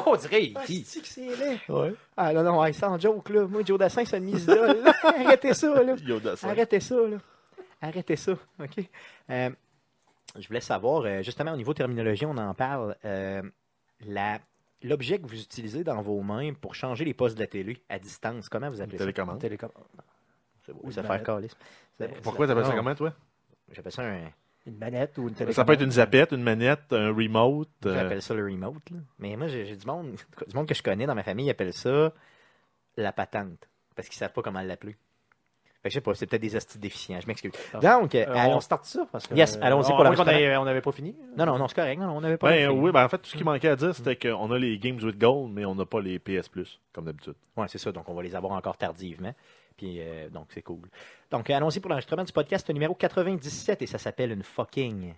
[SPEAKER 2] On dirait qui?
[SPEAKER 1] Asti, que c'est laid.
[SPEAKER 3] Ouais.
[SPEAKER 1] Ah non, non, hey, sans joke, là. Moi, Joe Dassin, c'est une mise d'ol. *laughs* Arrêtez ça, là.
[SPEAKER 3] Yoda 5.
[SPEAKER 1] Arrêtez ça, là. Arrêtez ça, OK? Euh, je voulais savoir, euh, justement, au niveau terminologie, on en parle. euh, la- L'objet que vous utilisez dans vos mains pour changer les postes de la télé à distance, comment vous appelez ça?
[SPEAKER 3] Télécommande.
[SPEAKER 2] Télécom.
[SPEAKER 1] Ou
[SPEAKER 2] Une
[SPEAKER 1] se faire
[SPEAKER 2] manette.
[SPEAKER 1] caler. C'est-
[SPEAKER 3] Pourquoi t'appelles ça comment, toi?
[SPEAKER 1] J'appelle ça un...
[SPEAKER 2] Une manette ou une télécommande.
[SPEAKER 3] Ça peut être une zapette, une manette, un remote. euh,
[SPEAKER 1] J'appelle ça le remote. là. Mais moi, j'ai j'ai du monde, du monde que je connais dans ma famille, ils appellent ça la patente. Parce qu'ils savent pas comment l'appeler. Fait que je sais pas, c'est peut-être des astuces déficients. Je m'excuse.
[SPEAKER 2] Ah.
[SPEAKER 1] Donc,
[SPEAKER 2] Euh,
[SPEAKER 1] allons.
[SPEAKER 2] on start ça parce que. euh,
[SPEAKER 1] Yes, allons-y pour la
[SPEAKER 2] On
[SPEAKER 1] prochaine.
[SPEAKER 2] n'avait pas fini.
[SPEAKER 1] Non, non, non, c'est correct. Non, non, on n'avait pas. Mm.
[SPEAKER 3] Ben
[SPEAKER 1] le film.
[SPEAKER 3] oui, ben en fait, tout ce qui manquait à dire, c'était qu'on a les Games with Gold, mais on n'a pas les PS Plus, comme d'habitude.
[SPEAKER 1] Ouais, c'est ça. Donc, on va les avoir encore tardivement. Puis, euh, donc, c'est cool. Donc, allons-y pour l'enregistrement du podcast numéro 97 et ça s'appelle une fucking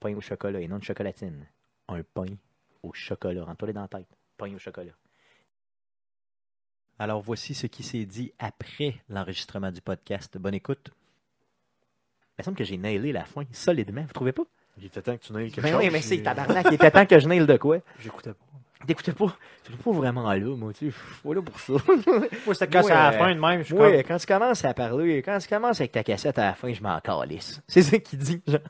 [SPEAKER 1] pain au chocolat et non une chocolatine. Un pain au chocolat. Rentre-toi les dans la tête. Pain au chocolat. Alors, voici ce qui s'est dit après l'enregistrement du podcast. Bonne écoute. Il me semble que j'ai nailé la fin solidement. Vous trouvez pas?
[SPEAKER 3] Il était temps que tu n'aies quelque
[SPEAKER 1] Ben
[SPEAKER 3] chose.
[SPEAKER 1] oui, mais c'est
[SPEAKER 2] j'ai-
[SPEAKER 1] tabarnak. Il était temps que je naile de quoi?
[SPEAKER 2] J'écoutais pas.
[SPEAKER 1] T'écoutais pas? T'étais pas vraiment là, moi. Tu sais, je suis pas là pour ça.
[SPEAKER 2] Moi, c'était quand
[SPEAKER 1] Moi,
[SPEAKER 2] c'est à
[SPEAKER 1] euh,
[SPEAKER 2] la fin de même. Je suis
[SPEAKER 1] Oui,
[SPEAKER 2] comme.
[SPEAKER 1] quand tu commences à parler, quand tu commences avec ta cassette à la fin, je m'en calisse. *laughs* C'est ça qu'il dit, genre.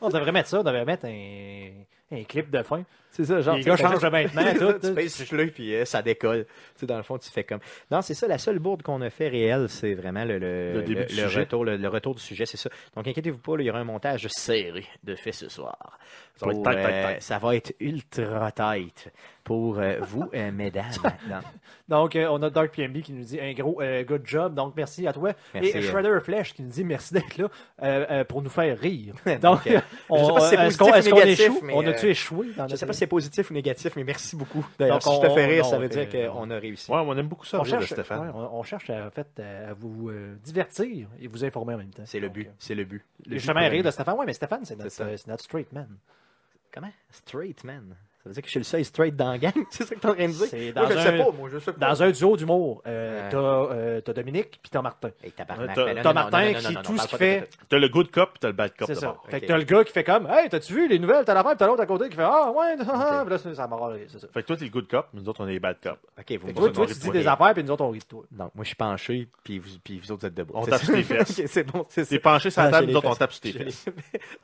[SPEAKER 2] On devrait mettre ça, on devrait mettre un, un clip de fin.
[SPEAKER 1] C'est ça, genre.
[SPEAKER 2] Les gars
[SPEAKER 1] tu sais,
[SPEAKER 2] changent de
[SPEAKER 1] t'as *laughs*
[SPEAKER 2] vêtements,
[SPEAKER 1] juste-
[SPEAKER 2] tout.
[SPEAKER 1] tu pèses sur le puis euh, ça décolle. Tu sais, dans le fond, tu fais comme. Non, c'est ça, la seule bourde qu'on a fait réelle, c'est vraiment le, le,
[SPEAKER 3] Le début du sujet.
[SPEAKER 1] retour, le, le retour du sujet, c'est ça. Donc, inquiétez-vous pas, là, il y aura un montage serré de fait ce soir.
[SPEAKER 3] Ça va être
[SPEAKER 1] Pour,
[SPEAKER 3] tight, tight,
[SPEAKER 1] euh,
[SPEAKER 3] tight.
[SPEAKER 1] ça va être ultra tight pour euh, vous, euh,
[SPEAKER 2] *laughs*
[SPEAKER 1] mesdames. Non.
[SPEAKER 2] Donc, euh, on a Dark PMB qui nous dit un gros euh, good job, donc merci à toi.
[SPEAKER 1] Merci,
[SPEAKER 2] Et
[SPEAKER 1] euh.
[SPEAKER 2] Shredder Flash qui nous dit merci d'être là euh, euh, pour nous
[SPEAKER 1] *laughs*
[SPEAKER 2] faire rire.
[SPEAKER 1] Donc,
[SPEAKER 2] Donc,
[SPEAKER 1] euh, je sais
[SPEAKER 2] on,
[SPEAKER 1] pas si c'est positif
[SPEAKER 2] est-ce qu'on
[SPEAKER 1] ou
[SPEAKER 2] est-ce qu'on
[SPEAKER 1] négatif,
[SPEAKER 2] échoue?
[SPEAKER 1] mais,
[SPEAKER 2] on a-tu
[SPEAKER 1] euh,
[SPEAKER 2] échoué dans
[SPEAKER 1] Je sais
[SPEAKER 2] notre-
[SPEAKER 1] pas si c'est positif ou négatif, mais merci beaucoup. D'ailleurs, si
[SPEAKER 2] Donc,
[SPEAKER 1] je te
[SPEAKER 2] on-
[SPEAKER 1] fais rire,
[SPEAKER 2] on-
[SPEAKER 1] ça
[SPEAKER 2] on
[SPEAKER 1] veut
[SPEAKER 2] fait- euh,
[SPEAKER 1] dire qu'on a réussi.
[SPEAKER 3] Ouais, on aime beaucoup ça,
[SPEAKER 2] on
[SPEAKER 3] le jeu de
[SPEAKER 2] cherche,
[SPEAKER 3] Stéphane.
[SPEAKER 2] ouais, on, on cherche en fait euh, à vous euh, divertir et vous informer en même temps.
[SPEAKER 1] C'est le
[SPEAKER 2] Donc,
[SPEAKER 1] but,
[SPEAKER 2] euh,
[SPEAKER 1] c'est le but. Le but
[SPEAKER 2] Justement,
[SPEAKER 1] premier.
[SPEAKER 2] rire de Stéphane, oui, mais Stéphane, c'est
[SPEAKER 1] C'est
[SPEAKER 2] notre,
[SPEAKER 1] ça.
[SPEAKER 2] euh, c'est notre straight man.
[SPEAKER 1] Comment? Straight, man. Ça veut dire que je suis le seul straight dans la gang, *laughs* c'est ça que t'es en train de dire?
[SPEAKER 2] C'est
[SPEAKER 1] Moi,
[SPEAKER 2] dans
[SPEAKER 1] je sais
[SPEAKER 2] un-
[SPEAKER 1] pas, moi, je sais pas.
[SPEAKER 2] Dans un duo d'humour, euh,
[SPEAKER 1] Ouais.
[SPEAKER 2] t'as euh, t'as Dominique puis t'as Martin.
[SPEAKER 1] Hey,
[SPEAKER 3] Ouais,
[SPEAKER 1] tabarnak,
[SPEAKER 3] t'as-
[SPEAKER 1] mais là,
[SPEAKER 2] t'as
[SPEAKER 1] non, non,
[SPEAKER 2] Martin
[SPEAKER 1] non, non,
[SPEAKER 2] qui
[SPEAKER 1] non,
[SPEAKER 2] tout
[SPEAKER 1] non,
[SPEAKER 2] ce
[SPEAKER 1] parle
[SPEAKER 2] qu'il
[SPEAKER 1] pas de-
[SPEAKER 2] fait.
[SPEAKER 3] T'as le good cop, t'as le bad cop
[SPEAKER 2] C'est ça.
[SPEAKER 3] d'abord.
[SPEAKER 2] Fait que
[SPEAKER 1] Ok.
[SPEAKER 2] t'as le gars qui fait comme Hey, t'as-tu vu les nouvelles? T'as l'affaire, t'as l'autre à côté qui fait Ah, ouais, *laughs* ah, ah. Puis là, c'est- ça m'a c'est ça.
[SPEAKER 3] Fait que toi, t'es le good cop, mais nous autres, on est les bad cop.
[SPEAKER 1] Ok, vous
[SPEAKER 2] Fait
[SPEAKER 1] me
[SPEAKER 2] que toi,
[SPEAKER 3] on
[SPEAKER 2] toi,
[SPEAKER 3] rit
[SPEAKER 2] tu
[SPEAKER 3] de
[SPEAKER 2] dis
[SPEAKER 3] toi.
[SPEAKER 2] des affaires, puis nous autres, on rit de toi.
[SPEAKER 1] Non, moi, je suis penché, puis vous, puis vous autres êtes debout.
[SPEAKER 3] On
[SPEAKER 1] C'est
[SPEAKER 3] tape
[SPEAKER 1] ça.
[SPEAKER 3] sur les fesses.
[SPEAKER 1] *laughs* Ok, c'est bon, c'est ça.
[SPEAKER 3] T'es penché sur la
[SPEAKER 1] Ah,
[SPEAKER 3] table,
[SPEAKER 1] j'ai
[SPEAKER 3] nous autres,
[SPEAKER 1] les
[SPEAKER 3] on tape sur tes
[SPEAKER 1] J'ai les- *laughs*
[SPEAKER 3] fesses.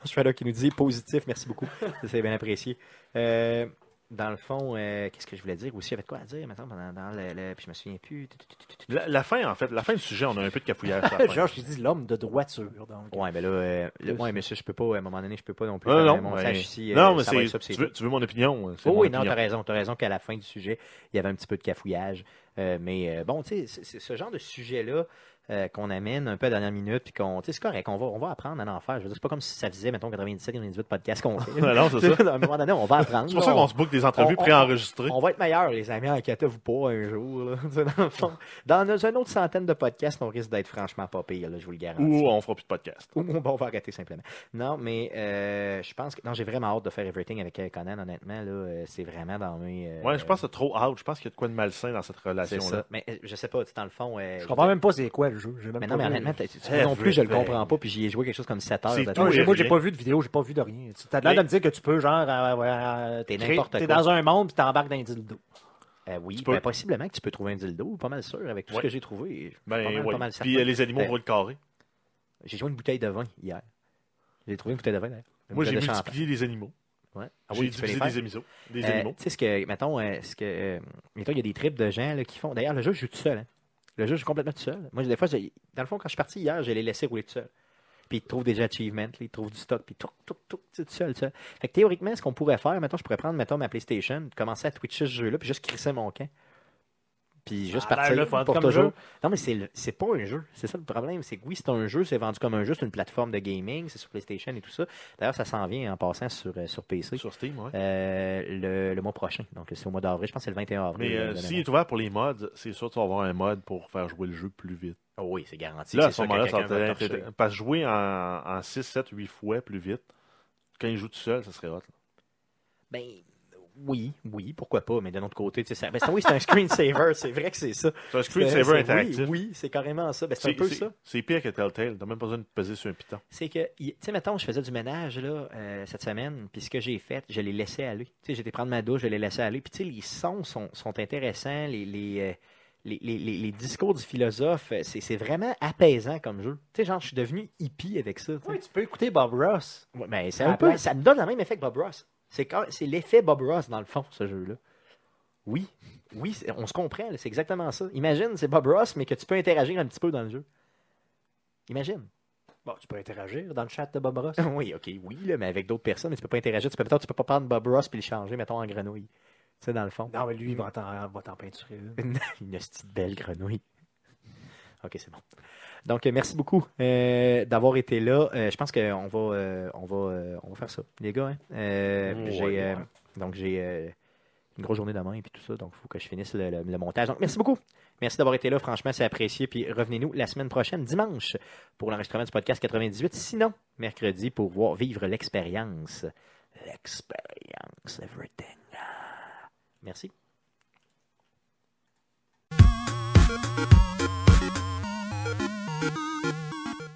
[SPEAKER 1] Je suis là qui nous dit positif, merci beaucoup. Ça, c'est bien apprécié. Euh, dans le fond, euh, qu'est-ce que je voulais dire aussi? Il y avait de quoi à dire, maintenant, pendant dans le, le- Puis je me souviens plus.
[SPEAKER 3] La, la fin, en fait, la fin du sujet, on a un peu de cafouillage.
[SPEAKER 1] *laughs*
[SPEAKER 3] sur la fin.
[SPEAKER 2] Georges qui dit l'homme de droiture. Donc.
[SPEAKER 1] Ouais, mais là, euh, le- ouais, mais ça, je peux pas, à un moment donné, je peux pas non plus.
[SPEAKER 3] Non,
[SPEAKER 1] faire
[SPEAKER 3] non,
[SPEAKER 1] un montage
[SPEAKER 3] mais-
[SPEAKER 1] ici, euh,
[SPEAKER 3] non, mais
[SPEAKER 1] ça va être ça, puis
[SPEAKER 3] c'est. Tu
[SPEAKER 1] c'est
[SPEAKER 3] veux, tu veux mon opinion? euh, c'est
[SPEAKER 1] Oh
[SPEAKER 3] mon
[SPEAKER 1] oui, non,
[SPEAKER 3] opinion.
[SPEAKER 1] t'as raison. T'as raison qu'à la fin du sujet, il y avait un petit peu de cafouillage. Euh, mais euh, bon, tu sais, c'est- c'est ce genre de sujet-là euh, qu'on amène un peu à la dernière minute, puis qu'on. Tu sais, c'est correct, on va, on va apprendre à en faire. Je veux dire, c'est pas comme si ça faisait, mettons, 97, 98 podcasts qu'on fait.
[SPEAKER 3] *laughs* Non, non, c'est ça.
[SPEAKER 1] à un moment donné, on va apprendre.
[SPEAKER 3] C'est pour ça
[SPEAKER 1] là,
[SPEAKER 3] qu'on se boucle des entrevues
[SPEAKER 1] on- on-
[SPEAKER 3] préenregistrées.
[SPEAKER 1] on va être meilleurs, les amis, inquiétez-vous pas un jour. là. *laughs* Tu sais, Dans, le fond, dans une autre centaine de podcasts, on risque d'être franchement pas pire, là, je vous le garantis.
[SPEAKER 3] Ou on fera plus de podcast.
[SPEAKER 1] Ou bon, on va arrêter simplement. Non, mais euh, je pense que. Non, j'ai vraiment hâte de faire Everything avec euh, Conan, honnêtement. Là, euh, c'est vraiment dans mes. euh,
[SPEAKER 3] Ouais, je pense que c'est trop out. Je pense qu'il y a de quoi de malsain dans cette
[SPEAKER 1] C'est ça.
[SPEAKER 3] relation-là.
[SPEAKER 1] Mais euh, je sais pas, tu sais, dans le fond. euh,
[SPEAKER 2] Je
[SPEAKER 1] je
[SPEAKER 2] comprends même pas c'est quoi le jeu. J'ai même
[SPEAKER 1] Mais non,
[SPEAKER 2] pas
[SPEAKER 1] mais
[SPEAKER 2] vu.
[SPEAKER 1] honnêtement, t'as- t'as- non plus, je le comprends pas, puis j'y ai joué quelque chose comme 7 heures.
[SPEAKER 3] C'est
[SPEAKER 1] de
[SPEAKER 3] tout,
[SPEAKER 1] temps.
[SPEAKER 2] Non, j'ai-
[SPEAKER 3] et
[SPEAKER 2] moi, j'ai
[SPEAKER 3] rien.
[SPEAKER 2] pas vu de vidéo, j'ai pas vu de rien. Tu- T'as l'air
[SPEAKER 3] Mais-
[SPEAKER 2] de me dire que tu peux, genre, euh, euh,
[SPEAKER 1] T'es
[SPEAKER 2] créer-
[SPEAKER 1] n'importe
[SPEAKER 2] T'es
[SPEAKER 1] quoi.
[SPEAKER 2] dans un monde, puis t'embarques dans un dildo.
[SPEAKER 1] Euh, oui,
[SPEAKER 3] peux.
[SPEAKER 1] ben, possiblement que tu peux trouver un dildo, pas mal sûr, avec tout
[SPEAKER 3] Ouais.
[SPEAKER 1] ce que j'ai trouvé. je suis
[SPEAKER 3] Ben,
[SPEAKER 1] pas mal,
[SPEAKER 3] ouais.
[SPEAKER 1] pas mal
[SPEAKER 3] Puis
[SPEAKER 1] certain.
[SPEAKER 3] euh, les animaux
[SPEAKER 1] Ben,
[SPEAKER 3] vont le carré.
[SPEAKER 1] J'ai joué une bouteille de vin hier. J'ai trouvé une bouteille de vin, d'ailleurs. Une
[SPEAKER 3] Moi, j'ai
[SPEAKER 1] bouteille de champagne.
[SPEAKER 3] multiplié les animaux.
[SPEAKER 1] Ouais. Ah
[SPEAKER 3] J'ai
[SPEAKER 1] oui, tu peux les
[SPEAKER 3] divisé
[SPEAKER 1] faire.
[SPEAKER 3] des animaux. Des
[SPEAKER 1] Euh,
[SPEAKER 3] animaux.
[SPEAKER 1] Tu sais ce que, mettons, euh, ce que, euh, mettons, il y a des tripes de gens là, qui font. D'ailleurs, le jeu, je joue tout seul. hein. Le jeu, je suis complètement tout seul. Moi, des fois, j'ai- dans le fond, quand je suis parti hier, je l'ai laissé rouler tout seul. Puis ils trouvent des achievements, là, ils trouvent du stock, puis tout, tout, tout, tu sais, tout seul, tout seul. Fait que théoriquement, ce qu'on pourrait faire, mettons, je pourrais prendre, mettons, ma PlayStation, commencer à twitcher ce jeu-là, puis juste crisser mon camp. puis juste
[SPEAKER 2] Ça a l'air
[SPEAKER 1] partir
[SPEAKER 2] le fun
[SPEAKER 1] pour
[SPEAKER 2] comme
[SPEAKER 1] toujours.
[SPEAKER 2] jeu.
[SPEAKER 1] Non, mais c'est le- c'est pas un jeu. C'est ça le problème. C'est que oui, c'est un jeu, c'est vendu comme un jeu, c'est une plateforme de gaming, c'est sur PlayStation et tout ça. D'ailleurs, ça s'en vient en passant sur, euh, sur PC
[SPEAKER 3] Sur Steam, ouais.
[SPEAKER 1] euh, le, le mois prochain. Donc, c'est au mois d'avril. Je pense que c'est le 21 avril.
[SPEAKER 3] Mais
[SPEAKER 1] euh,
[SPEAKER 3] euh,
[SPEAKER 1] de
[SPEAKER 3] s'il
[SPEAKER 1] mémoire.
[SPEAKER 3] est ouvert pour les mods, c'est sûr que tu vas avoir un mod pour faire jouer le jeu plus vite.
[SPEAKER 1] Ah Oui, c'est garanti.
[SPEAKER 3] Là, à
[SPEAKER 1] C'est
[SPEAKER 3] ce
[SPEAKER 1] sûr que
[SPEAKER 3] moment-là, ça
[SPEAKER 1] quelqu'un va
[SPEAKER 3] va
[SPEAKER 1] le torcher.
[SPEAKER 3] t'intéresser. Parce que jouer en, en 6, 7, 8 fois plus vite, quand il joue tout seul, ça serait hot. là.
[SPEAKER 1] Ben, oui, oui, pourquoi pas, mais d'un autre côté, tu sais, ça... ben, c'est- oui, c'est un *laughs* screensaver, c'est vrai que c'est ça.
[SPEAKER 3] C'est un
[SPEAKER 1] C'est- c'est-
[SPEAKER 3] screensaver
[SPEAKER 1] oui,
[SPEAKER 3] interactif.
[SPEAKER 1] Oui, c'est carrément ça. Ben, c'est un
[SPEAKER 3] C'est-
[SPEAKER 1] peu
[SPEAKER 3] c'est-
[SPEAKER 1] ça.
[SPEAKER 3] C'est pire que Telltale. T'as même pas besoin de peser sur un piton.
[SPEAKER 1] C'est que, y- tu sais, mettons, je faisais du ménage là, euh, cette semaine, puis ce que j'ai fait, je l'ai laissé aller. Tu sais, j'étais prendre ma douche, je l'ai laissé aller. Puis, tu sais, les sons sont, sont intéressants, les, les, euh, les, les- les- les discours du philosophe, euh, c'est c'est vraiment apaisant comme jeu. Tu sais, genre, je suis devenu hippie avec ça. tu sais.
[SPEAKER 2] Oui, tu peux écouter Bob Ross.
[SPEAKER 1] Ouais, mais c'est
[SPEAKER 2] Un
[SPEAKER 1] un
[SPEAKER 2] peu.
[SPEAKER 1] peu, ça me donne le même effet que Bob Ross. C'est quand- c'est l'effet Bob Ross dans le fond, ce jeu-là. Oui, oui, c'est- on se comprend, là, c'est exactement ça. Imagine, c'est Bob Ross, mais que tu peux interagir un petit peu dans le jeu. Imagine. *laughs*
[SPEAKER 2] Bon, tu peux interagir dans le chat de Bob Ross.
[SPEAKER 1] Oui, ok, oui, là, mais avec d'autres personnes, mais tu peux pas interagir. Tu peux, mettons, tu peux pas prendre Bob Ross puis le changer, mettons, en grenouille. Tu sais, dans le fond.
[SPEAKER 2] *laughs* Non, mais lui, il va t'en va t'en peinturer. une.
[SPEAKER 1] *laughs* Une petite belle grenouille. Ok, c'est bon. Donc, euh, merci beaucoup euh, d'avoir été là. Euh, je pense qu'on va, euh, on va, euh, on va faire ça, les gars. hein. Euh,
[SPEAKER 3] Mm, Ouais,
[SPEAKER 1] j'ai, euh,
[SPEAKER 3] ouais.
[SPEAKER 1] donc, j'ai euh, une grosse journée demain et puis tout ça. Donc, il faut que je finisse le, le- le montage. Donc, merci beaucoup. Merci d'avoir été là. Franchement, c'est apprécié. Puis, revenez-nous la semaine prochaine, dimanche, pour l'enregistrement du podcast 98. Sinon, mercredi, pour voir vivre l'expérience. L'expérience, everything. Merci.